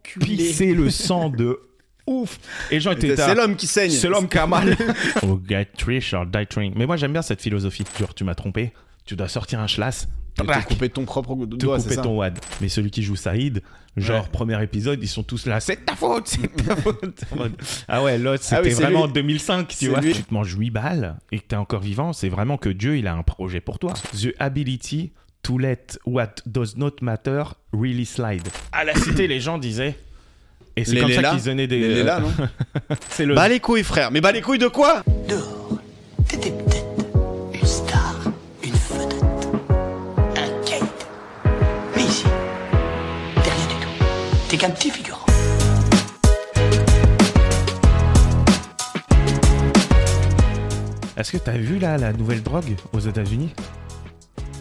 s'enculer. pisser le sang de ouf. Et les gens étaient là, C'est l'homme qui saigne. C'est l'homme qui a mal. oh, get rich or die trying. Mais moi, j'aime bien cette philosophie. Genre, tu m'as trompé, tu dois sortir un schlass. Et trac, Te couper ton propre te doigt, c'est couper ça ton wad. Mais celui qui joue Saïd, genre Ouais. premier épisode, ils sont tous là, c'est de ta faute, c'est de ta faute. En mode, ah ouais, l'autre, c'était Ah oui, c'est vraiment en lui. 2005, tu C'est vois. lui. Tu te manges 8 balles et que t'es encore vivant, c'est vraiment que Dieu, il a un projet pour toi. The ability to let what does not matter really slide. À la cité, les gens disaient. Et c'est Les comme ça Lélas qu'ils donnaient des. euh, Il est là, non c'est le. Bah les couilles, frère. Mais bah les couilles de quoi Dehors, t'étais peut-être une star, une vedette, un kate. Mais ici, t'es rien du tout. T'es qu'un petit figurant. Est-ce que t'as vu là la nouvelle drogue aux États-Unis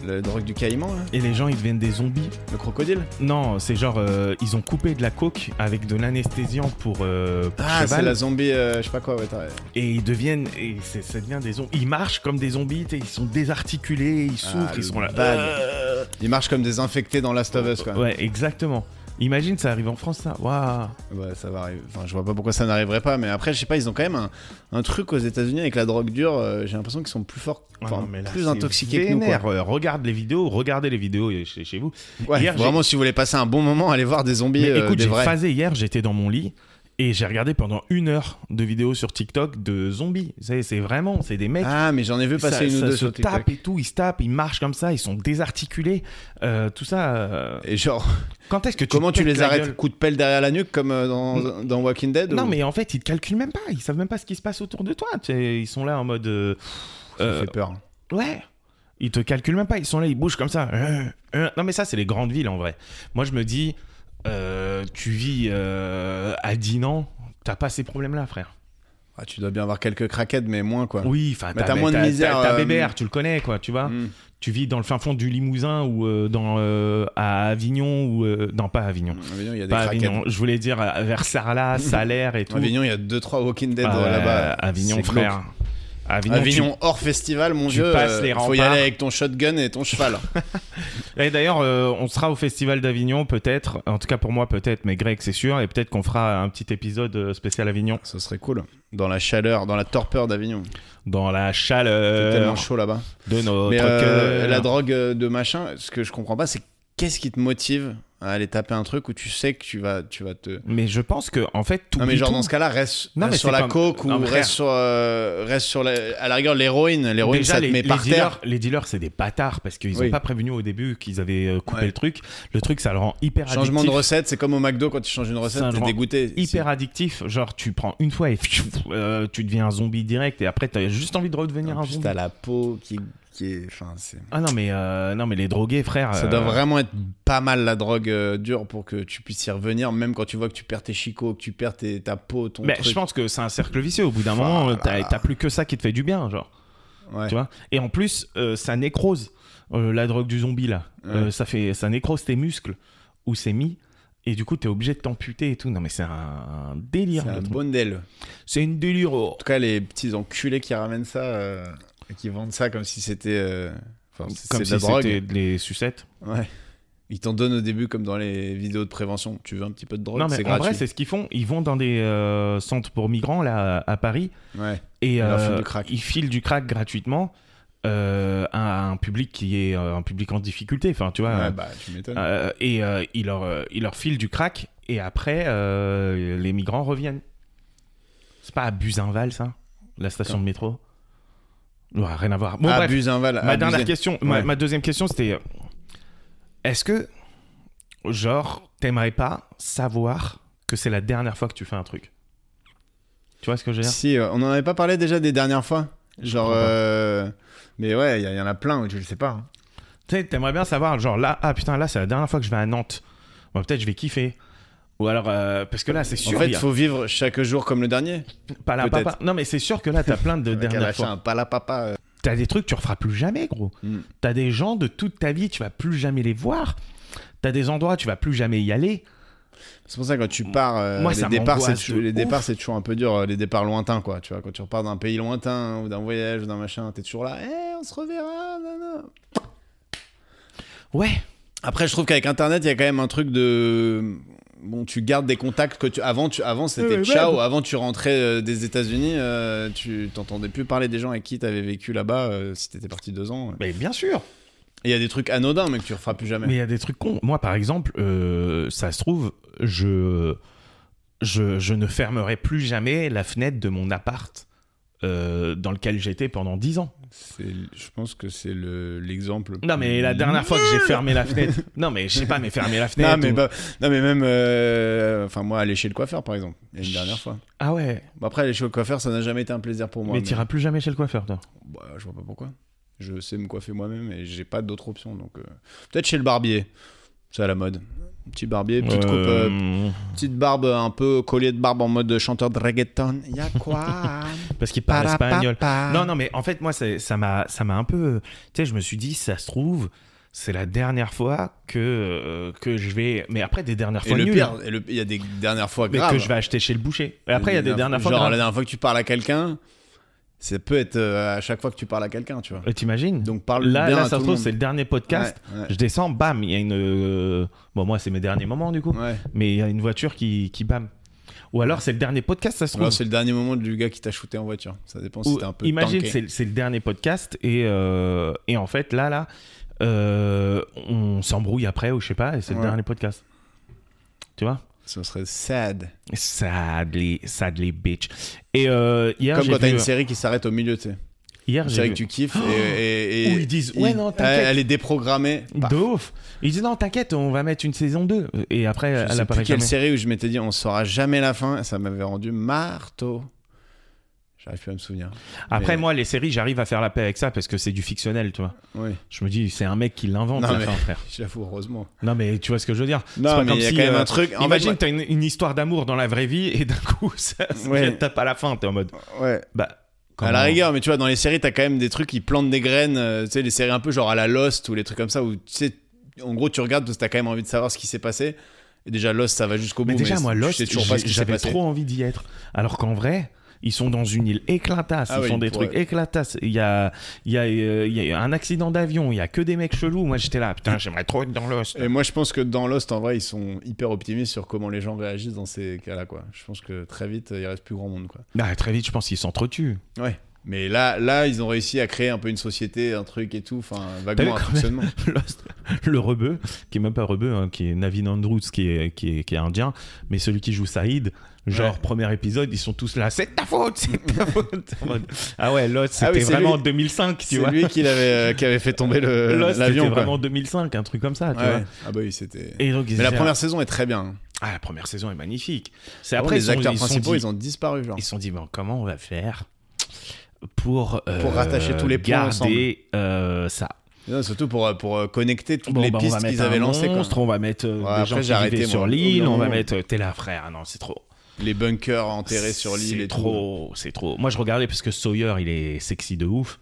Le drogue du caïman, là Et les gens, ils deviennent des zombies. Le crocodile Non, c'est genre euh, ils ont coupé de la coke avec de l'anesthésiant pour, euh, pour Ah, c'est cheval la zombie, euh, je sais pas quoi, ouais, t'as- et ils deviennent et c'est- ça devient des zombies. Ils marchent comme des zombies, t'sais, ils sont désarticulés, ils souffrent, le ils sont là. Euh, bad. Il marche comme des infectés dans Last of Us, quoi. Ouais, exactement. Imagine ça arrive en France ça. Waouh. Ah Ouais, ça va arriver. Enfin, je vois pas pourquoi ça n'arriverait pas, mais après, je sais pas, ils ont quand même un, un truc aux États-Unis avec la drogue dure. euh, J'ai l'impression qu'ils sont plus forts, enfin, Ah non, mais là, plus c'est intoxiqués que nous. vénère. Quoi. Euh, Regarde les vidéos, regardez les vidéos euh, chez, chez vous. Ouais, Hier, j'ai- vraiment, si vous voulez passer un bon moment, allez voir des zombies, Mais euh, écoute, des j'ai vrais. phasé hier, j'étais dans mon lit et j'ai regardé pendant une heure de vidéos sur TikTok de zombies. Vous savez, C'est vraiment, c'est des mecs. Ah, mais j'en ai vu passer ça, une ça ou deux se sur tape TikTok. et tout, ils se tapent, ils marchent comme ça, ils sont désarticulés, euh, tout ça. euh, Et genre, quand est-ce que tu comment te tu pètes les la arrêtes gueule Mm. Coup de pelle derrière la nuque comme euh, dans, dans Walking Dead Non, ou- mais en fait, ils te calculent même pas, ils savent même pas ce qui se passe autour de toi. tu sais, Ils sont là en mode. euh, Ça euh, fait peur. ouais. Ils te calculent même pas, ils sont là, ils bougent comme ça. Euh, euh. Non, mais ça, c'est les grandes villes en vrai. Moi, je me dis, euh, tu vis euh, à Dinan, t'as pas ces problèmes-là, frère. Ah, tu dois bien avoir quelques craquettes, mais moins quoi. Oui, enfin, Mais t'as moins de misère, T'as euh, Bébert, tu le connais, quoi, tu vois. Mm. Tu vis dans le fin fond du Limousin ou euh, dans euh, à Avignon ou euh, non pas Avignon. À Avignon, il y a des Pas craquettes. Avignon, je voulais dire euh, vers Sarlat, Salaire et tout. À Avignon, il y a 2-3 Walking Dead Ah euh, ouais, là-bas. Avignon C'est frère. glauque. Avignon. tu- Avignon hors festival, mon tu dieu. passes euh, les faut y remparts. aller avec ton shotgun et ton cheval. Et d'ailleurs, euh, on sera au festival d'Avignon peut-être. En tout cas pour moi peut-être, mais Greg c'est sûr. Et peut-être qu'on fera un petit épisode euh, spécial Avignon Ce serait cool. Dans la chaleur, dans la torpeur d'Avignon. dans la C'est tellement chaleur chaud là-bas. de notre Mais euh, cœur. la drogue euh, de machin, ce que je comprends pas, c'est qu'est-ce qui te motive à aller taper un truc où tu sais que tu vas, tu vas te. Mais je pense que en fait tout. Non mais genre dans ce cas-là reste, Non, reste mais sur c'est la comme- coke ou Non, mais frère. reste sur euh, reste sur la, à la rigueur l'héroïne l'héroïne Déjà, ça te les, met les par dealers, terre les dealers, c'est des bâtards parce qu'ils n'ont Oui. pas prévenu au début qu'ils avaient euh, coupé Ouais. le truc. Le truc, ça le rend hyper changement addictif. de recette c'est comme au McDo quand tu changes une recette C'est un t'es genre dégoûté Hyper addictif. Genre, tu prends une fois et pfiou, euh, tu deviens un zombie direct et après, t'as juste envie de C'est- redevenir en un plus zombie. t'as la peau qui, qui est enfin c'est Ah non, mais, euh, non, mais les drogués, frère. Ça euh, doit vraiment être pas mal la drogue euh, dure pour que tu puisses y revenir, même quand tu vois que tu perds tes chicots, que tu perds tes- ta peau, ton Mais truc. je pense que c'est un cercle vicieux. Au bout d'un Voilà. moment, t'as t'as plus que ça qui te fait du bien, genre. Ouais. Tu vois Et en plus, euh, ça nécrose euh, la drogue du zombie là. Euh, ça fait, ça nécrose tes muscles où c'est mis. Et du coup, t'es obligé de t'amputer et tout. Non, mais c'est un, un délire. C'est le un truc. bondel. En C'est une délire. oh. tout cas, les petits enculés qui ramènent ça euh, et qui vendent ça comme si c'était euh, enfin, c'est Comme de si la c'était drogue. de les sucettes. Ouais. Ils t'en donnent au début comme dans les vidéos de prévention. Tu veux un petit peu de drogue, non, mais c'est en vrai, gratuit. c'est ce qu'ils font. Ils vont dans des euh, centres pour migrants là à Paris ouais. et Ils leur filent euh, du crack. ils filent du crack gratuitement euh, à un public qui est euh, un public en difficulté. Enfin, tu vois. Ouais, euh, bah, tu m'étonnes. Euh, et euh, il, leur, euh, il leur file du crack et après euh, les migrants reviennent. C'est pas à Buzinval ça La station de métro Ouais, Rien à voir. Bon, bref, abuse un val. ma dernière abusé. question, ma, Ouais. ma deuxième question c'était euh, est-ce que, genre, t'aimerais pas savoir que c'est la dernière fois que tu fais un truc Tu vois ce que je veux dire Si, euh, on en avait pas parlé déjà des dernières fois. Genre. comprends pas. euh, Mais ouais, il y, a- il y en a plein où tu le sais pas. hein. Tu sais, t'aimerais bien savoir, genre là, ah putain, là c'est la dernière fois que je vais à Nantes. Bon, peut-être je vais kiffer. Ou alors, euh, parce que là c'est sûr. En fait, il y il a- faut vivre chaque jour comme le dernier. Pas la Peut-être. papa. Non, mais c'est sûr que là, t'as plein de Le dernier dernières fois. un palapapa. euh. T'as des trucs que tu referas plus jamais, gros. Mm. T'as des gens de toute ta vie, tu vas plus jamais les voir. T'as des endroits, tu vas plus jamais y aller. C'est pour ça que quand tu pars, euh, Moi, les, ça départs, c'est m'angoisse toujours- de les ouf. départs, c'est toujours un peu dur. euh, Les départs lointains, quoi. Tu vois, quand tu repars d'un pays lointain ou d'un voyage ou d'un machin, t'es toujours là. Eh, on se reverra. nanana. Ouais. Après, je trouve qu'avec Internet, il y a quand même un truc de bon, tu gardes des contacts que tu avant, tu avant c'était Ouais, ciao. ouais. Avant, tu rentrais euh, des États-Unis, euh, tu t'entendais plus parler des gens avec qui t'avais vécu là-bas euh, si t'étais parti deux ans. Mais bien sûr. Et il y a des trucs anodins, mais que tu referas plus jamais. Mais il y a des trucs cons. Moi, par exemple, euh, ça se trouve, je, je, je ne fermerai plus jamais la fenêtre de mon appart euh, dans lequel j'étais pendant 10 ans. C'est- Je pense que c'est le- l'exemple. Non, mais la plus- dernière fois que j'ai fermé la fenêtre. Non, mais je sais pas, mais fermer la fenêtre. Non mais, ou- bah- non, mais même. euh, Enfin, moi, aller chez le coiffeur, par exemple, il y a une dernière fois. Ah ouais. Bon, après, aller chez le coiffeur, ça n'a jamais été un plaisir pour moi. mais mais- t'iras plus jamais chez le coiffeur, toi. Bah, je vois pas pourquoi. Je sais me coiffer moi-même et j'ai pas d'autre option. Donc euh, peut-être chez le barbier. C'est à la mode. Petit barbier, petite coupe, Euh, euh, petite barbe euh, un peu collier de barbe en mode de chanteur de reggaeton. Y'a quoi Parce qu'il parle espagnol. Non, Non, non, mais en fait, moi, c'est- ça m'a, ça m'a un peu. Tu sais, je me suis dit, ça se trouve, c'est la dernière fois que euh, que je vais. Mais après, des dernières Et fois le nulles, pire, et le- il y a des dernières fois hein. mais graves. que je vais acheter chez le boucher. Et après, il y a des dernières fois. Genre, graves. la dernière fois que tu parles à quelqu'un, ça peut être euh, à chaque fois que tu parles à quelqu'un, tu vois. Euh, T'imagines Donc parle Là, bien là, à ça tout se le trouve, c'est le dernier podcast. monde. Je descends, bam, il y a une. euh, Bon, moi, c'est mes derniers moments, du coup. Ouais, ouais. Ouais. Mais il y a une voiture qui, qui bam. Ou alors, c'est le dernier podcast, ça se Ou trouve. alors, c'est le dernier moment du gars qui t'a shooté en voiture. Ça dépend si Ou- t'es un peu imagine, tanké. c'est, c'est le dernier podcast et, euh, et en fait, là, là, euh, on s'embrouille après ou je sais pas et c'est le Ouais. dernier podcast. Tu vois Ce serait sad. Sadly, sadly bitch. Et euh, hier, Comme j'ai quand t'as vu- une série qui s'arrête au milieu, tu sais. hier, Une j'ai série vu- Oh. que tu kiffes et. et- et- Où ils disent, ouais, non, t'inquiète. Elle, elle est déprogrammée. Bah, De ouf. Ils disent non, t'inquiète, on va mettre une saison 2. Et après, je elle sais apparaît plus quelle jamais. série où je m'étais dit on saura jamais la fin. Ça m'avait rendu marteau. J'arrive plus à me souvenir. Après, Mais- moi, les séries, j'arrive à faire la paix avec ça parce que c'est du fictionnel, tu vois. Oui, Je me dis, c'est un mec qui l'invente, Non, la mais- fin, frère. j'avoue, heureusement. Non, mais tu vois ce que je veux dire. C'est Non, pas mais comme il y a si, quand même euh, un truc. En Imagine, fait, t'as une, une histoire d'amour dans la vraie vie et d'un coup, ça, ça Ouais. tape à la fin. T'es en mode, ouais. bah. À la rigueur, mais tu vois, dans les séries, t'as quand même des trucs qui plantent des graines. euh, tu sais, les séries un peu genre à la Lost ou les trucs comme ça où tu sais, en gros, tu regardes parce que t'as quand même envie de savoir ce qui s'est passé. Et déjà, Lost, ça va jusqu'au bout. Mais déjà, moi, je sais Lost, toujours pas j'ai- ce qui s'est j'avais passé. trop envie d'y être. Alors qu'en vrai. Ils sont dans une île éclatasse, Ah ils oui, font des pour- trucs éclatasses. Il y a, il y, a, euh, il y a un accident d'avion, il y a que des mecs chelous. Moi j'étais là, putain, j'aimerais trop être dans Lost. Et moi, je pense que dans Lost, en vrai, ils sont hyper optimistes sur comment les gens réagissent dans ces cas-là, quoi. Je pense que très vite, il reste plus grand monde, quoi. Bah, très vite, je pense qu'ils s'entretuent. Ouais. Mais là, là, ils ont réussi à créer un peu une société, un truc et tout, enfin, vu vaguement un quand même fonctionnement. Lost, le rebeu, qui est même pas rebeu, hein, qui est Navin Andrews, qui est, qui, est, qui est indien, mais celui qui joue Saïd, genre Ouais. premier épisode, ils sont tous là, c'est de ta faute, c'est de ta faute. En mode, ah ouais, Lost, c'était Ah oui, c'est vraiment en lui. 2005, tu C'est vois. lui qui l'avait, euh, qui avait fait tomber le- Lost, c'était l'avion, quoi. vraiment 2005, un truc comme ça, tu Ouais. vois. Ah bah oui, c'était. Et donc, ils Mais la disaient, première saison est très bien. ah, la première saison est magnifique. C'est Après, après, les ils, acteurs sont, ils, sont principaux, dit, ils ont disparu, genre. ils se sont dit, bon, comment on va faire pour, euh, Pour rattacher tous les points garder, euh, ça. Non, surtout pour, euh, pour euh, connecter toutes Bon, les bah, on va pistes mettre qu'ils un avaient lancées, quoi. monstre, on va mettre euh, Ouais, des après, gens j'ai qui arrêté, vivaient moi. sur l'île, Non, on va non. mettre euh, t'es là frère, Ah non c'est trop. Les bunkers enterrés sur l'île C'est et trop, c'est trop. Moi je regardais parce que Sawyer il est sexy de ouf.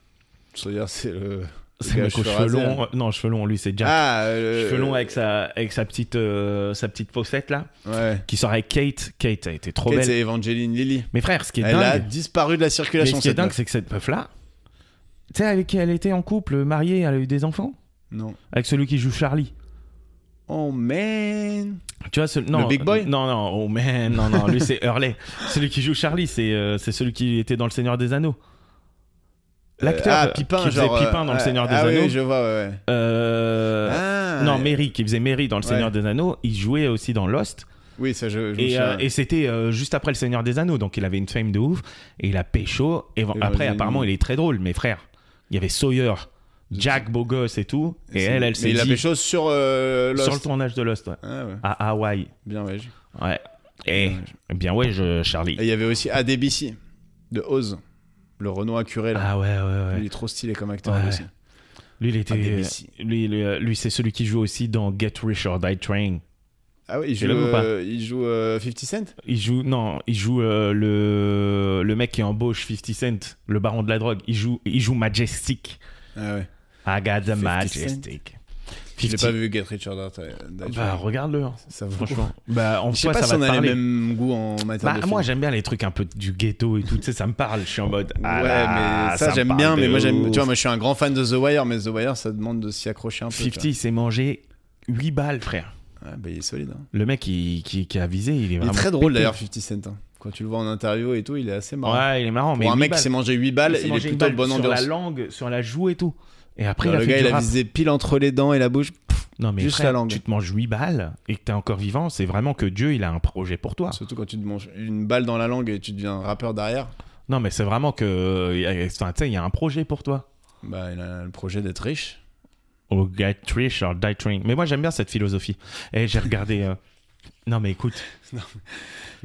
tout. Sawyer, c'est le. C'est gars le aux mec aux cheveux cheveux rasés, longs, non cheveux longs lui c'est Jack. Ah, euh, cheveux longs avec sa avec sa petite euh, sa petite pochette là Ouais. qui sort avec Kate. Kate a été trop Kate, belle. c'est Evangeline Lilly. Mais frère ce qui est Elle a dingue, disparu de la mais circulation. ce qui est cette dingue meuf. c'est que cette meuf là, tu sais avec qui elle était en couple, mariée, elle a eu des enfants Non. avec celui qui joue Charlie. Oh man. Tu vois, ce- non, Big Boy Non, non, oh man, non, non, lui c'est Hurley. Celui qui joue Charlie, c'est euh, c'est celui qui était dans Le Seigneur des Anneaux. L'acteur ah, Pipin, qui faisait genre. Pipin dans euh, Le Seigneur des ah, oui, Anneaux. oui, je vois, ouais. ouais. Euh, Ah, non, ouais. Mary, qui faisait Mary dans Le Ouais. Seigneur des Anneaux, il jouait aussi dans Lost. Oui, ça, je, je me Et, souviens. euh, et c'était euh, juste après Le Seigneur des Anneaux, donc il avait une fame de ouf. Et il a pécho. Et bon, Et après, Virginie. apparemment, il est très drôle, mais frère, il y avait Sawyer, Jack, beau gosse et tout. Et elle, elle Mais s'est il a dit fait chose sur euh, Lost. sur le tournage de Lost, ouais, Ah, ouais. à Hawaï. Bien, ouais. Eh. je- Ouais. Et bien ouais, je, Charlie. Et il y avait aussi ADBC de Oz. Le Renoir curé, là. Ah ouais, ouais, ouais. Il est trop stylé comme acteur, Ouais. lui aussi. Lui, il était. ADBC. Lui, euh, lui, lui, c'est celui qui joue aussi dans Get Rich or Die Train. Ah oui, il Tu joue, l'aimes ou pas euh, il joue euh, 50 Cent Il joue. Non, il joue euh, le, le mec qui embauche 50 Cent, le baron de la drogue. Il joue, il joue Majestic. Ah ouais. I got the 50 Majestic. Je l'ai 50 pas vu Get Richard Out. euh, Bah, regarde-le, hein, ça vaut. franchement. Bah, en Je sais soi, pas ça si va on te a les parler. mêmes goûts en matière Bah, de moi, film. j'aime bien les trucs un peu du ghetto et tout. Tu sais, ça me parle. Je suis en mode. ah ouais, là, mais ça, me j'aime parle bien, mais de moi j'aime. ouf. Tu vois, moi je suis un grand fan de The Wire, mais The Wire ça demande de s'y accrocher un peu. tu 50, il s'est mangé 8 balles, frère. vois. Ouais, bah, il est solide. hein. Le mec qui, qui, qui a visé, il est Il est vraiment. très drôle pété. d'ailleurs, 50 Cent. hein. Quand tu le vois en interview et tout, il est assez marrant. Ouais, il est marrant. mais Pour un huit mec balles. qui s'est mangé 8 balles, s'est il est mangé une plutôt de balle bonne Sur ambiance. la langue, sur la joue et tout. Et après, Alors, le il a fait gars, du il a rap. visé pile entre les dents et la bouche. Non, mais juste frère, la langue. tu te manges 8 balles et que t'es encore vivant, c'est vraiment que Dieu, il a un projet pour toi. Surtout quand tu te manges une balle dans la langue et tu deviens rappeur derrière. Non, mais c'est vraiment que. euh, il y a- Enfin, tu sais, il y a un projet pour toi. Bah, il a le projet d'être riche. Oh, get rich or die trying. Mais moi, j'aime bien cette philosophie. Et j'ai regardé. euh, Non, mais écoute.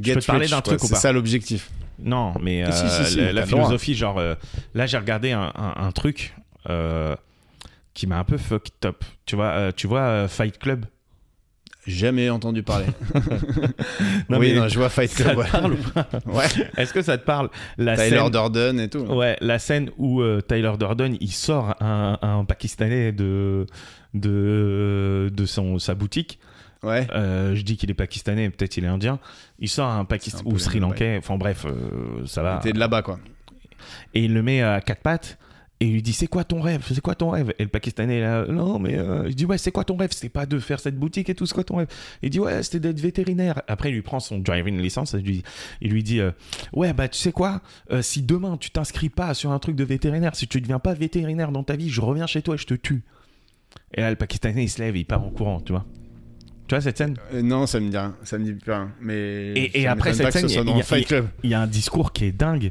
Get peux te parler rich, d'un quoi. truc ou C'est pas ça l'objectif. Non, mais Ah, si, euh, si, si, la, t'as la le droit. philosophie, genre. euh, là, j'ai regardé un, un- un truc euh, qui m'a un peu fucked up. Tu vois, euh, tu vois euh, Fight Club Jamais entendu parler. Non, oui, mais- non, je vois Fight Ça Club. te ouais. parle ou pas Ouais. Est-ce que ça te parle la Tyler scène... Durden et tout. Ouais, la scène où euh, Tyler Durden il sort un, un Pakistanais de de de son sa boutique. Ouais. Euh, je dis qu'il est Pakistanais, mais peut-être il est indien. Il sort un Pakistan C'est un peu ou les Sri mêmes, Lankais. Enfin bref, euh, ça va. T'es de là-bas, quoi. Et il le met à quatre pattes et il lui dit c'est quoi ton rêve C'est quoi ton rêve Et le Pakistanais là non mais euh, il dit ouais c'est quoi ton rêve C'est pas de faire cette boutique et tout c'est quoi ton rêve Il dit ouais c'était d'être vétérinaire. Après il lui prend son driving license et lui- il lui dit euh, ouais bah tu sais quoi Euh, si demain tu t'inscris pas sur un truc de vétérinaire si tu deviens pas vétérinaire dans ta vie je reviens chez toi et je te tue. Et là le Pakistanais il se lève et il part en courant tu vois. Tu vois cette scène Euh, non, ça me dit rien. Ça me dit plus rien. Mais. Et- ça et m'étonne après pas cette que ce scène, soit il y dans a- Fight Club. il y a un discours qui est dingue.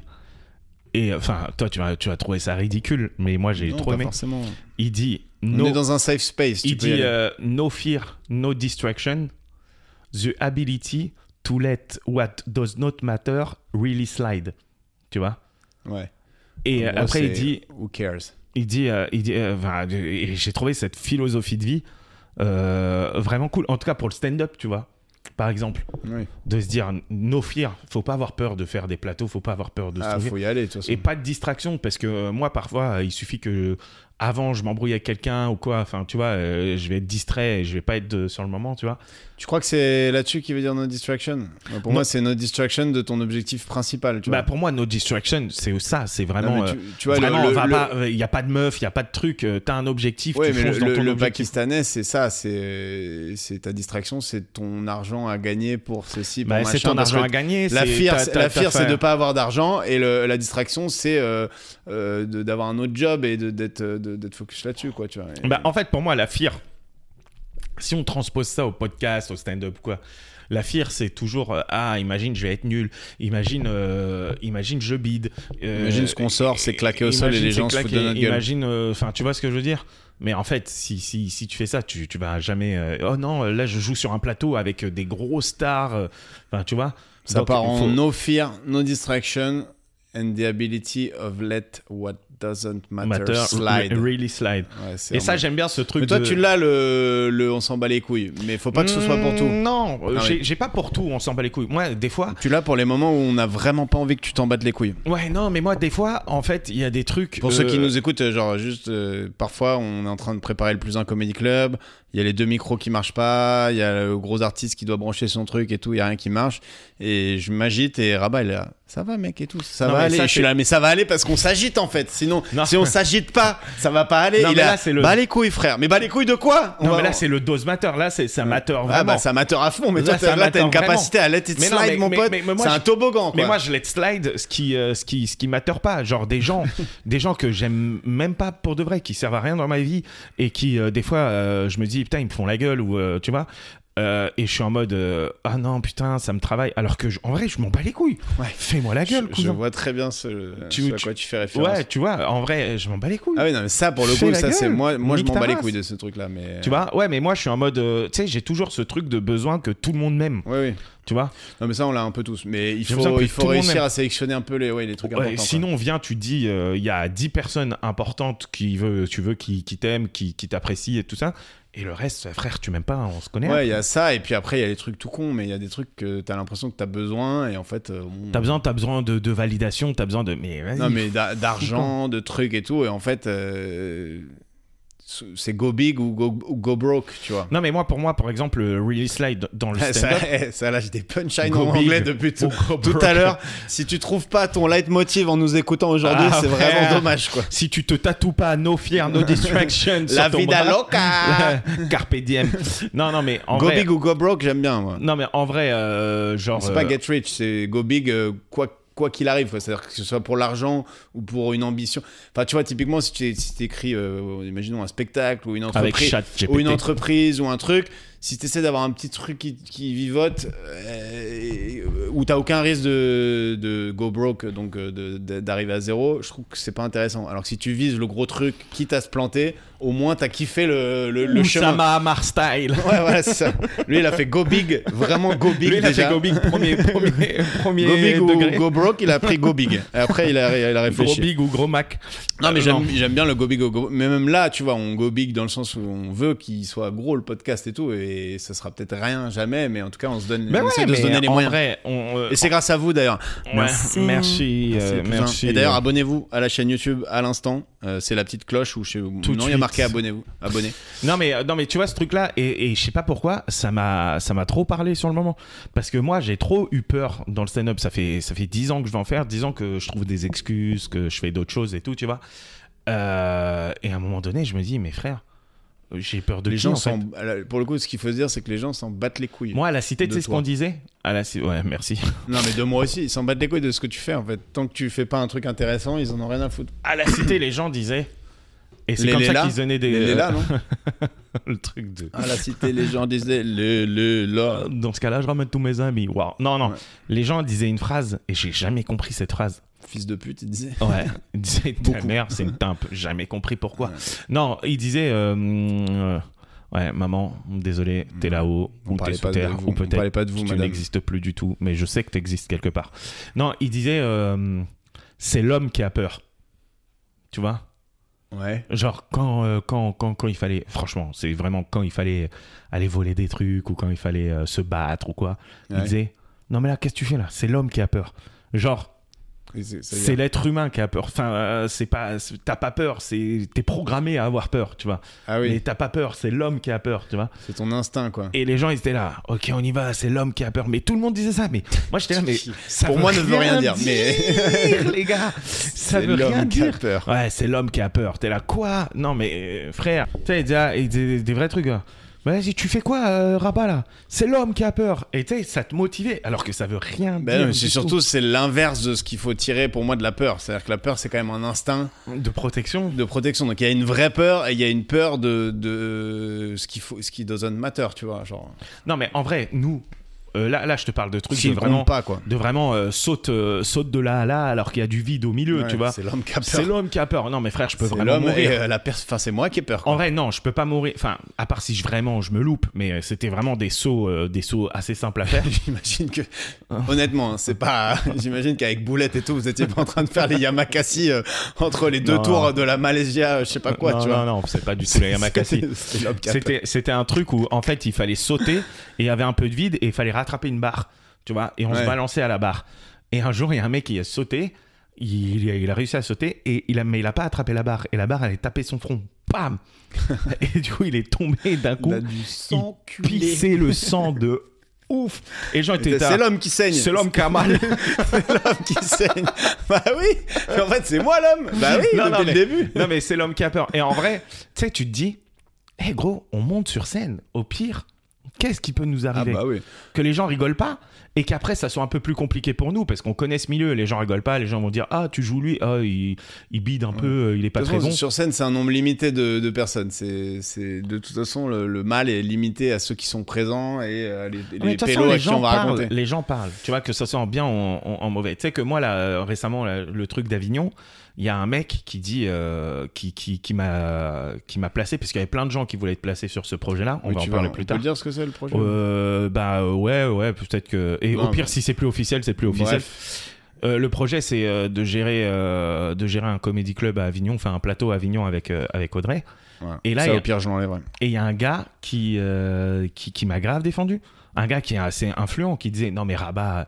Et enfin, toi, tu vas, tu vas trouver ça ridicule, mais moi, j'ai Non, trop pas aimé. forcément. Il dit On no, est dans un safe space. tu il peux y dit aller. euh, no fear, no distraction, the ability to let what does not matter really slide. Tu vois Ouais. Et En euh, gros, après, il c'est dit, Who cares il dit, euh, il dit euh, enfin, et j'ai trouvé cette philosophie de vie euh, vraiment cool. En tout cas, pour le stand-up, tu vois. Par exemple, Oui. de se dire no fear, faut pas avoir peur de faire des plateaux, faut pas avoir peur de se Ah, trouver. faut y aller, de toute façon. Et pas de distraction, parce que euh, moi, parfois, euh, il suffit que avant, je m'embrouille avec quelqu'un ou quoi. Enfin, tu vois, euh, je vais être distrait et je vais pas être euh, sur le moment, tu vois. Tu crois que c'est là-dessus qui veut dire no distraction Bah, Pour Non. moi, c'est no distraction de ton objectif principal. Tu Bah, vois. pour moi, no distraction, c'est ça, c'est Non, vraiment. mais euh, tu, tu vois, le- vraiment, le, on va le- pas- euh, il n'y a pas de meuf, il n'y a pas de truc, euh, t'as un objectif, Ouais, tu mais fonces dans le, ton le objectif. pakistanais, c'est ça, c'est c'est ta distraction, c'est ton argent à gagner pour ceci, pour Bah, machin. c'est ton parce argent que à gagner. La c'est- fière, t'as- c'est- t'as- la t'as fière, c'est fait- de pas avoir d'argent et le- la distraction, c'est euh, euh, de- d'avoir un autre job et de- d'être euh, de- d'être focus là-dessus, quoi. Tu vois. Et- Bah, en fait, pour moi, la fière, si on transpose ça au podcast, au stand-up, quoi, la fière, c'est toujours euh, Ah, imagine, je vais être nul. Imagine, euh, imagine je bide. Euh, Imagine ce qu'on sort, c'est claqué au sol et imagine les c'est gens se foutent de claqué. notre gueule. Imagine, euh, enfin, tu vois ce que je veux dire mais en fait, si, si, si tu fais ça, tu, tu vas jamais. euh, oh non, là, je joue sur un plateau avec euh, des gros stars. euh, Enfin, tu vois. Ça Donc, part il en faut- no fear, no distraction and the ability of let what doesn't matter, matter, slide. re- really slide. Ouais, c'est Et ça, vraiment- j'aime bien ce truc. Mais toi, de- tu l'as le, le on s'en bat les couilles, mais faut pas que ce soit pour tout. Non, euh, Ah j'ai oui. j'ai pas pour tout, on s'en bat les couilles. Moi, des fois, Tu l'as pour les moments où on n'a vraiment pas envie que tu t'en battes les couilles. Ouais, non, mais moi, des fois, en fait, il y a des trucs. Pour euh, ceux qui nous écoutent, euh, genre juste euh, parfois on est en train de préparer le plus un comedy club, il y a les deux micros qui marchent pas, il y a le gros artiste qui doit brancher son truc et tout, il y a rien qui marche et je m'agite et Rabat il est là, ça va mec et tout, ça Non, va mais aller. ça, Et je suis c'est- là mais ça va aller parce qu'on s'agite en fait. Sinon Non. si on s'agite pas, ça va pas aller. Non, il mais a là, c'est le- bah les couilles frère, mais bah les couilles de quoi On Non, va- mais là, c'est le dose matter. Là, c'est ça matter vraiment. ah bah ça amateur à fond, mais Là, toi ça t'as- là t'as une amateur, capacité à let it Mais non, slide mais- mon mais- pote, mais- mais moi, c'est je- un toboggan quoi. Mais moi, je let slide ce qui, euh, ce qui, ce qui matter pas. Genre des gens, des gens que j'aime même pas pour de vrai, qui servent à rien dans ma vie et qui, euh, des fois, euh, je me dis, putain, ils me font la gueule ou euh, tu vois. Euh, et je suis en mode euh, ah non putain ça me travaille alors que je- en vrai je m'en bats les couilles Ouais. fais-moi la gueule je, je cousin. vois très bien ce, Tu- ce à tu- quoi tu fais référence. ouais tu vois en vrai je m'en bats les couilles Ah oui, non, mais ça, pour le Fais coup, la ça, c'est gueule. moi, moi je Nique m'en ta bas les race. couilles de ce truc-là. Mais... tu vois ouais mais moi je suis en mode euh, tu sais j'ai toujours ce truc de besoin que tout le monde m'aime Oui, oui. tu vois euh, Non, mais ça, on l'a un peu tous. Mais il J'ai l'impression faut, que il faut tout le monde réussir aime. à sélectionner un peu les, ouais, les trucs Ouais, importants. quoi. sinon, viens, tu dis, euh, il y a 10 personnes importantes qui veut, tu veux, qui, qui t'aiment, qui, qui t'apprécient et tout ça. Et le reste, frère, tu m'aimes pas, hein, on se connaît. Ouais, il y a ça, et puis après, il y a les trucs tout cons, mais il y a des trucs que t'as l'impression que t'as besoin, et en fait. euh, bon, T'as besoin, t'as besoin de, de validation, t'as besoin de. Mais vas-y. Non, mais d'a- d'argent, de trucs et tout, et en fait. euh, c'est go big ou go, ou go broke, tu vois. Non, mais moi, pour moi, par exemple, le Really Slide dans le Ça, stand-up. eh, ça lâche des punchlines Go en big anglais depuis tout, ou go tout broke. à l'heure. Si tu trouves pas ton leitmotiv en nous écoutant aujourd'hui, Ah, c'est frère. vraiment dommage, quoi. Si tu te tatoues pas No Fear, No Distraction, sur La ton vida bras, loca. Carpe diem. Non, non, mais en go vrai. big ou go broke, j'aime bien, moi. Non, mais en vrai, euh, genre. C'est pas euh, get rich, c'est go big, euh, quoi quoi qu'il arrive, quoi. c'est-à-dire que ce soit pour l'argent ou pour une ambition. Enfin, tu vois, typiquement, si tu si t'écris, euh, imaginons un spectacle ou une avec entreprise, chat GPT. ou une entreprise ou un truc, si tu essaies d'avoir un petit truc qui, qui vivote, euh, où t'as aucun risque de, de go broke, donc euh, de- de- d'arriver à zéro, je trouve que c'est pas intéressant. Alors que si tu vises le gros truc, quitte à se planter, au moins t'as kiffé le, le, le chemin. Oussama Hamar style. Ouais, voilà, c'est ça. Lui, il a fait go big, vraiment go big Lui, il a déjà. fait Go Big premier, premier, premier Go big degré. ou go broke, il a pris go big. Et après, il a, il a Gros réfléchi. Big ou Gros Mac. Non, mais Euh, j'aime j'aime bien le go big ou go. Mais même là, tu vois, on go big dans le sens où on veut qu'il soit gros le podcast et tout. Et ça sera peut-être rien, jamais. Mais en tout cas, on se donne, Mais on ouais, essaie de mais se donner les en moyens. vrai, on, euh, Et c'est grâce à vous d'ailleurs. ouais, Merci. merci, euh, C'est le plus merci. un. Et d'ailleurs, abonnez-vous à la chaîne YouTube à l'instant. Euh, c'est la petite cloche où chez vous. Tout de non, il y a suite. marqué abonnez-vous. Abonnez. Non mais euh, non mais tu vois ce truc là et, et je sais pas pourquoi ça m'a ça m'a trop parlé sur le moment parce que moi j'ai trop eu peur dans le stand-up ça fait ça fait dix ans que je vais en faire dix ans que je trouve des excuses que je fais d'autres choses et tout tu vois Euh, et à un moment donné je me dis mais frère j'ai peur de les qui, gens en fait s'en. Pour le coup, ce qu'il faut se dire, c'est que les gens s'en battent les couilles. moi à la cité tu de sais ce toi. qu'on disait à la ci- ouais merci Non, mais de moi aussi, ils s'en battent les couilles de ce que tu fais en fait. Tant que tu fais pas un truc intéressant, ils en ont rien à foutre. à la cité les gens disaient et c'est Les comme ça Lélas. qu'ils donnaient des euh, Les là, non le truc de euh, À la cité, les gens disaient le, le, là. dans ce cas-là, je ramène tous mes amis. Waouh. Non, non. Ouais. Les gens disaient une phrase et j'ai jamais compris cette phrase. Fils de pute, ils disaient. Ouais. Ils disaient ta Beaucoup. mère, c'est une timpe. Jamais compris pourquoi. Non, ils disaient euh, mm, euh, ouais, maman, désolé, t'es là-haut On ou t'es parlait sous pas, terre de vous, ou on parlait peut-être pas de vous, tu madame. n'existes plus du tout, mais je sais que t'existes quelque part. Non, ils disaient euh, c'est l'homme qui a peur. Tu vois Ouais. Genre quand, euh, quand, quand, quand il fallait, franchement, c'est vraiment quand il fallait aller voler des trucs ou quand il fallait euh, se battre ou quoi, il Ouais. disait non mais là qu'est-ce que tu fais là C'est l'homme qui a peur. Genre Et c'est- ça y est. c'est l'être humain qui a peur. Enfin euh, c'est pas c'est- t'as pas peur, c'est t'es programmé à avoir peur, tu vois. Ah Mais oui, t'as pas peur, c'est l'homme qui a peur, tu vois. c'est ton instinct quoi. Et les gens ils étaient là, ok on y va, c'est l'homme qui a peur. Mais tout le monde disait ça, mais moi j'étais là mais ça Pour moi, ne veut rien dire, mais- les gars, ça C'est veut l'homme rien qui a dire. peur. Ouais, c'est l'homme qui a peur. T'es là, quoi Non, mais euh, frère, tu sais, il dit, ah, il dit des, des vrais trucs. hein. Bah, vas-y, tu fais quoi, euh, Rabat, là C'est l'homme qui a peur. Et tu sais, ça te motivait, alors que ça veut rien Ben dire. non, mais du c'est tout. surtout c'est l'inverse de ce qu'il faut tirer pour moi de la peur. C'est-à-dire que la peur c'est quand même un instinct De protection. de protection. Donc il y a une vraie peur et il y a une peur de, de ce qui faut ce qui doesn't matter, tu vois, genre. Non, mais en vrai, nous, euh, là, là, je te parle de trucs Qui de ne vraiment, compte pas quoi. de vraiment euh, saute, euh, saute de là à là, alors qu'il y a du vide au milieu, Ouais, tu vois. C'est l'homme qui a C'est peur. l'homme qui a peur. Non, mais frère, je peux C'est vraiment l'homme et mourir. euh, la personne. Enfin, c'est moi qui ai peur. En vrai, non, je peux pas mourir. Enfin, à part si je, vraiment je me loupe, mais euh, c'était vraiment des sauts, euh, des sauts assez simples à faire. J'imagine que, honnêtement, hein, c'est pas. J'imagine qu'avec Boulette et tout, vous étiez pas en train de faire les Yamakasi euh, entre les deux Non. tours de la Malaisia, euh, je sais pas quoi, non, tu non, vois. non, c'est pas du tout les Yamakasi. C'était- c'était l'homme qui a peur. C'était, c'était un truc où en fait il fallait sauter et il y avait un peu de vide et il fallait rattraper une barre, tu vois, et on Ouais. se balançait à la barre. Et un jour il y a un mec qui a sauté, il, il a réussi à sauter et il a, mais il a pas attrapé la barre et la barre elle est tapée son front, bam. et du coup il est tombé d'un coup, Il a du sang culé. pissé le sang de ouf. Et les gens étaient C'est là, l'homme qui saigne. c'est l'homme qui a mal. C'est l'homme qui saigne. bah oui. Mais en fait, c'est moi l'homme. Bah oui, Non, depuis non, le mais- début. non mais c'est l'homme qui a peur. Et en vrai, tu sais, tu te dis, hé gros, on monte sur scène. Au pire, qu'est-ce qui peut nous Ah arriver bah oui. Que les gens rigolent pas et qu'après ça soit un peu plus compliqué pour nous parce qu'on connaît ce milieu. Les gens rigolent pas. Les gens vont dire, ah tu joues lui, ah il, il bide un peu, euh, il est pas de toute très façon, bon. Sur scène, c'est un nombre limité de, de personnes. C'est, c'est- de toute façon, le, le mal est limité à ceux qui sont présents et euh, les, les Mais de toute façon, pélos à les qui on gens va parlent. raconter. Les gens parlent. Tu vois que ça soit en bien ou en, en- en mauvais. Tu sais que moi là euh, récemment là, le truc d'Avignon, il y a un mec qui dit euh, qui qui qui m'a qui m'a placé parce qu'il y avait plein de gens qui voulaient être placés sur ce projet-là. On Oui, va en tu parler vas- plus on peut tard. dire ce que c'est le projet. Euh, bah euh, ouais, ouais, peut-être que. Et Non, au pire, mais- si c'est plus officiel, c'est plus officiel. Bref. Euh, le projet, c'est euh, de gérer, euh, de gérer un comedy club à Avignon, enfin un plateau à Avignon avec euh, avec Audrey. Ouais. Et là, ça, il y a- au pire, je l'enlèverai. Et il y a un gars qui euh, qui, qui m'a grave défendu, un gars qui est assez influent, qui disait non mais Rabat.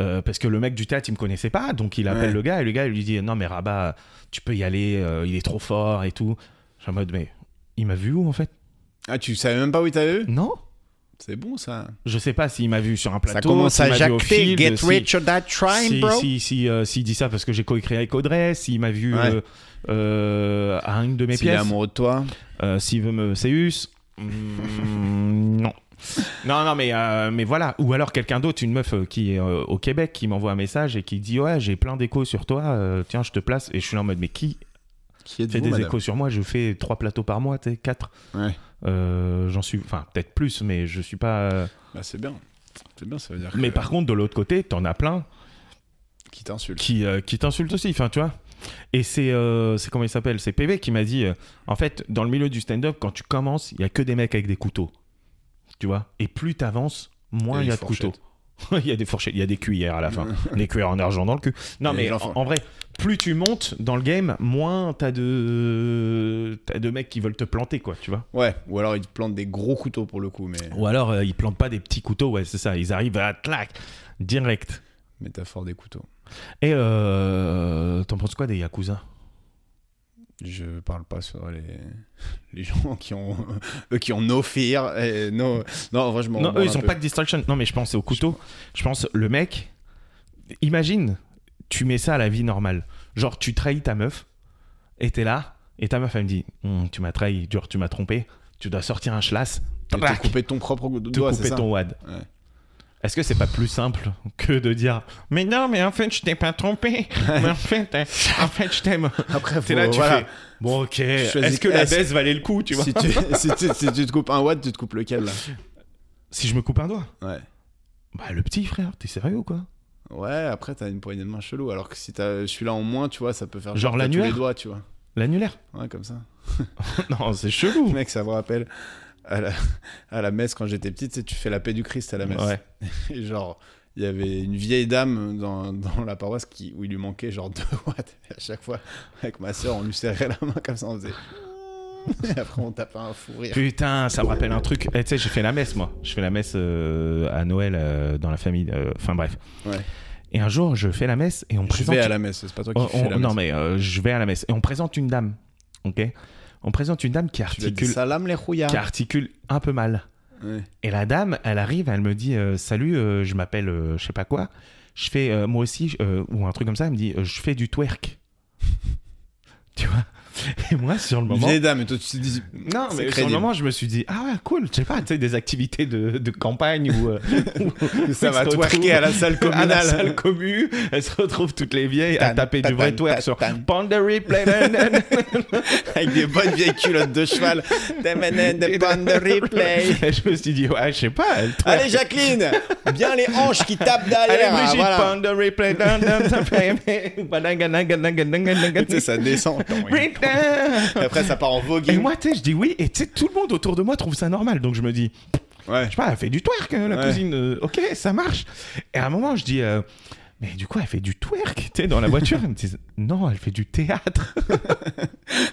euh, parce que le mec du théâtre, il me connaissait pas, donc il appelle Ouais. le gars et le gars il lui dit non mais Rabat, tu peux y aller, euh, il est trop fort et tout. Je suis en mode mais il m'a vu où en fait Ah, tu savais même pas où il t'a vu Non C'est bon ça. je sais pas s'il m'a vu sur un plateau. Ça commence s'il à m'a vu au jacter. field, Get si- rich or that si- crime, si- bro. si- si, euh, S'il dit ça parce que j'ai coécrit avec Audrey, s'il m'a vu Ouais. euh, euh, à une de mes S'il est pièces, amoureux de toi. euh, s'il veut me Céus. mm, non. Non, non, mais, euh, mais voilà. Ou alors quelqu'un d'autre, une meuf euh, qui est euh, au Québec, qui m'envoie un message et qui dit Ouais, j'ai plein d'échos sur toi, euh, tiens, je te place. Et je suis là en mode Mais qui Qui est fait des échos sur moi Je fais trois plateaux par mois, tu sais, quatre. Ouais. Euh, J'en suis, enfin, peut-être plus, mais je suis pas. euh, Bah, c'est bien. C'est bien, ça veut dire Mais que- par contre, de l'autre côté, t'en as plein Qui t'insulte. qui, euh, qui t'insulte aussi, enfin, tu vois. Et c'est, euh, c'est comment il s'appelle C'est PV qui m'a dit, euh, en fait, dans le milieu du stand-up, quand tu commences, il y a que des mecs avec des couteaux, tu vois. Et plus t'avances, moins Et il y des a de couteaux. Il y a des fourchettes, il y a des cuillères à la fin, des cuillères en argent dans le cul. Non Et les mais gens font- en, en vrai, plus tu montes dans le game, moins t'as de t'as de mecs qui veulent te planter, quoi, tu vois. Ouais, ou alors ils te plantent des gros couteaux pour le coup, mais Ou alors euh, ils plantent pas des petits couteaux, ouais, c'est ça. Ils arrivent à clac direct. métaphore des couteaux. Et euh, t'en penses quoi des yakuza Je parle pas sur les, les gens qui ont eux qui ont no fear et no non en vrai je m'en Non, branle eux, un ils ont peu. pas de distraction. Non, mais je pense au couteau. Je pense le mec. Imagine, tu mets ça à la vie normale. Genre, tu trahis ta meuf, et t'es là, et ta meuf, elle me dit Hum, Tu m'as trahi, genre, tu m'as trompé, tu dois sortir un schlass, Et tac, te couper ton propre te doigt, c'est couper ça ton wad. Ouais. Est-ce que c'est pas plus simple que de dire Mais non, mais en fait, je t'ai pas trompé, mais en fait, euh, en fait je t'aime. Après, faut- T'es là, tu voilà. fais Bon, ok, choisis- est-ce que la est-ce- baisse valait le coup, tu vois Si tu, si, tu, si tu te coupes un watt, tu te coupes lequel là Si je me coupe un doigt Ouais. Bah, le petit frère, t'es sérieux ou quoi Ouais, après t'as une poignée de main chelou, alors que si t'as celui-là en moins, tu vois, ça peut faire Genre t'as tous l'annuaire les doigts, tu vois. L'annulaire Ouais, comme ça. Non, c'est chelou. Mec, ça me rappelle à la, à la messe quand j'étais petite, tu sais, tu fais la paix du Christ à la messe. Ouais. Et genre, il y avait une vieille dame dans, dans la paroisse qui, où il lui manquait genre deux watts. Et à chaque fois, avec ma soeur, on lui serrait la main comme ça, on faisait. Et après, on tapait un fou rire. Putain, ça me rappelle un truc. Eh, tu sais, j'ai fait la messe, moi. Je fais la messe euh, à Noël euh, dans la famille. euh, Enfin, bref. Ouais. Et un jour, je fais la messe et on me Je présente. vais à la messe, c'est pas toi qui Oh, fais on- la Non, messe. mais euh, je vais à la messe. Et on présente une dame. Ok On présente une dame Tu qui lui as dit, articule, Salam les rouillards. qui articule un peu mal. Ouais. Et la dame, elle arrive, elle me dit euh, Salut, euh, je m'appelle euh, je sais pas quoi. Je fais euh, moi aussi, euh, ou un truc comme ça. Elle me dit euh, Je fais du twerk. tu vois Et moi, sur le Une moment. vieille dame, et toi, tu te dis. Non, C'est mais sur crédible. le moment, je me suis dit, ah ouais, cool, je sais pas, tu sais, des activités de, de campagne où, euh, où- Ça où va ils se twerker à la salle retrouvent- à la communale. salle commu, elles se retrouvent toutes les vieilles à Tan, taper du tan, vrai tan, twerk tan, sur tan. Pandery Play. nan, nan, nan. Avec des bonnes vieilles culottes de cheval. Demanen de pan de replay. Et je me suis dit, ouais, je sais pas, elle twerk. Allez, Jacqueline Bien les hanches qui tapent derrière. Allez, Brigitte, voilà. Pandery Play. nan, nan, tan, tan, tan, badanga, naga, naga, naga, naga, Tu sais, ça descend. Break down. Après, ça part en Et voguing. moi, tu sais, je dis oui, et tu sais, tout le monde autour de moi trouve ça normal, donc je me dis, Ouais. je sais pas, elle fait du twerk, euh, la Ouais. cousine. euh, ok, ça marche. Et à un moment, je dis, euh, mais du coup, elle fait du twerk, tu sais, dans la voiture. Elle me dit, non, elle fait du théâtre.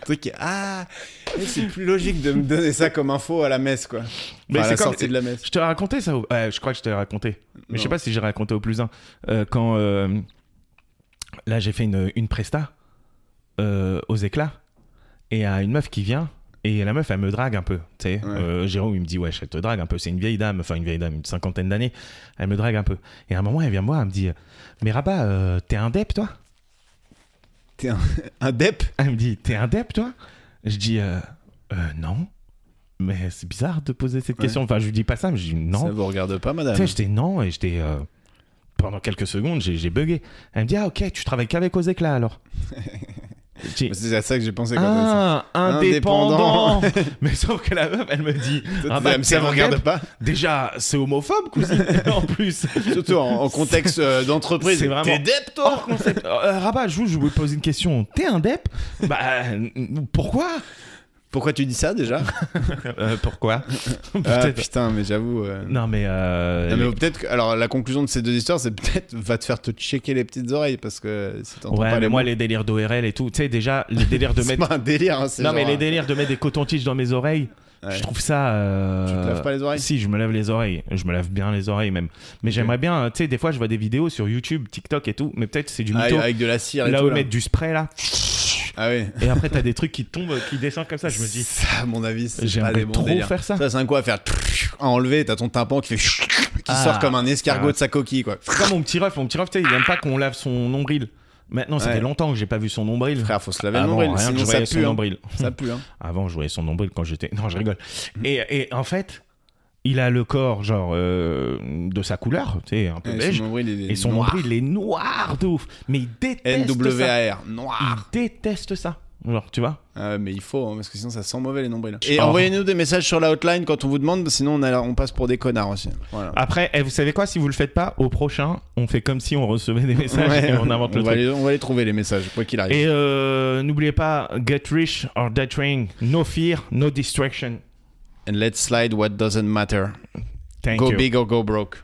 truc qui- ah mais c'est plus logique de me donner ça comme info à la messe quoi mais Mais à Ben, c'est la comme- sortie de la messe Je te racontais ça. au- ouais, je crois que je te l'ai raconté. Mais je sais Non. pas si j'ai raconté au plus un. Euh, quand euh, là, j'ai fait une, une presta euh, aux éclats et à une meuf qui vient. Et la meuf, elle me drague un peu. Tu sais, Ouais. Euh, Jérôme, il me dit, ouais, elle te drague un peu. C'est une vieille dame, enfin une vieille dame, une cinquantaine d'années. Elle me drague un peu. Et à un moment, elle vient me voir, elle me dit, mais Rabat, euh, t'es un dep, toi t'es un, un dep Elle me dit, t'es un dep, toi Je dis, euh, Euh, non. Mais c'est bizarre de poser cette Ouais. question. Enfin, je lui dis pas ça, mais je dis non. ça vous regarde pas madame Tu sais, j'étais non et j'étais. euh, pendant quelques secondes, j'ai j'ai bugué. Elle me dit Ah, ok, tu travailles qu'avec aux éclats alors. Je dis, Mais c'est à ça que j'ai pensé quand même ah, indépendant Indépendant. Mais sauf que la meuf, elle me dit Ah, bah, ça t'es vous un regarde dep. pas Déjà, c'est homophobe, cousine, en plus. surtout en, en contexte euh, d'entreprise C'est vraiment- t'es dep toi Hors concept. Euh, Rabat, je vous, je vous pose une question. T'es un dep Bah, euh, pourquoi pourquoi tu dis ça déjà Euh, Pourquoi ah, Peut-être. putain mais j'avoue euh, Non, mais. euh, non, mais peut-être que- alors la conclusion de ces deux histoires c'est peut-être va te faire te checker les petites oreilles parce que si t'entends Ouais, pas mais les moi, mots, les délires d'ORL et tout, tu sais, déjà, les délires de c'est mettre pas un délire hein, c'est Non, genre, mais les euh, délires de mettre des cotons-tiges dans mes oreilles, Ouais. je trouve ça. euh, Tu te laves pas les oreilles Si, je me lave les oreilles. Je me lave bien les oreilles même. Mais j'aimerais bien, euh, tu sais, des fois je vois des vidéos sur YouTube, TikTok et tout, mais peut-être c'est du ah, mytho. avec de la cire et là tout, où ils là. mettent du spray là. truc. Ah oui. Et après, t'as des trucs qui tombent, qui descendent comme ça. Je me dis, Ça, à mon avis, c'est pas des j'aimerais bons trop délires. faire ça. Ça, c'est un coup à faire à enlever. T'as ton tympan qui fait qui Ah. sort comme un escargot Ah. de sa coquille, quoi. C'est comme mon petit ref. Mon petit ref, tu sais, il aime pas qu'on lave son nombril. Maintenant, ça Ouais. fait longtemps que j'ai pas vu son nombril. Frère, Ah, faut se laver le Avant, nombril, Ah rien que sinon je ça voyais son pue. hein. nombril. Ça pue, hein. Avant, je voyais son nombril quand j'étais. Non, je rigole. Mm. Et, et en fait, il a le corps, genre, euh, de sa couleur, tu sais, un peu Et beige. son nombril, il est Et son noir. nombril, il est noir de ouf. Mais il déteste ça. NWAR, noir. Il déteste ça. Genre, tu vois Ah ouais, mais il faut, hein, parce que sinon ça sent mauvais les nombrils. Et Oh. envoyez-nous des messages sur la hotline quand on vous demande, sinon on, a- on passe pour des connards aussi. Voilà. Après, eh, vous savez quoi Si vous le faites pas, au prochain, on fait comme si on recevait des messages Ouais, et on invente le va truc. les- on va les trouver les messages, quoi qu'il arrive. Et euh, n'oubliez pas, get rich or die trying. No fear, no distraction. And let's slide what doesn't matter. Thank go you. big or go broke.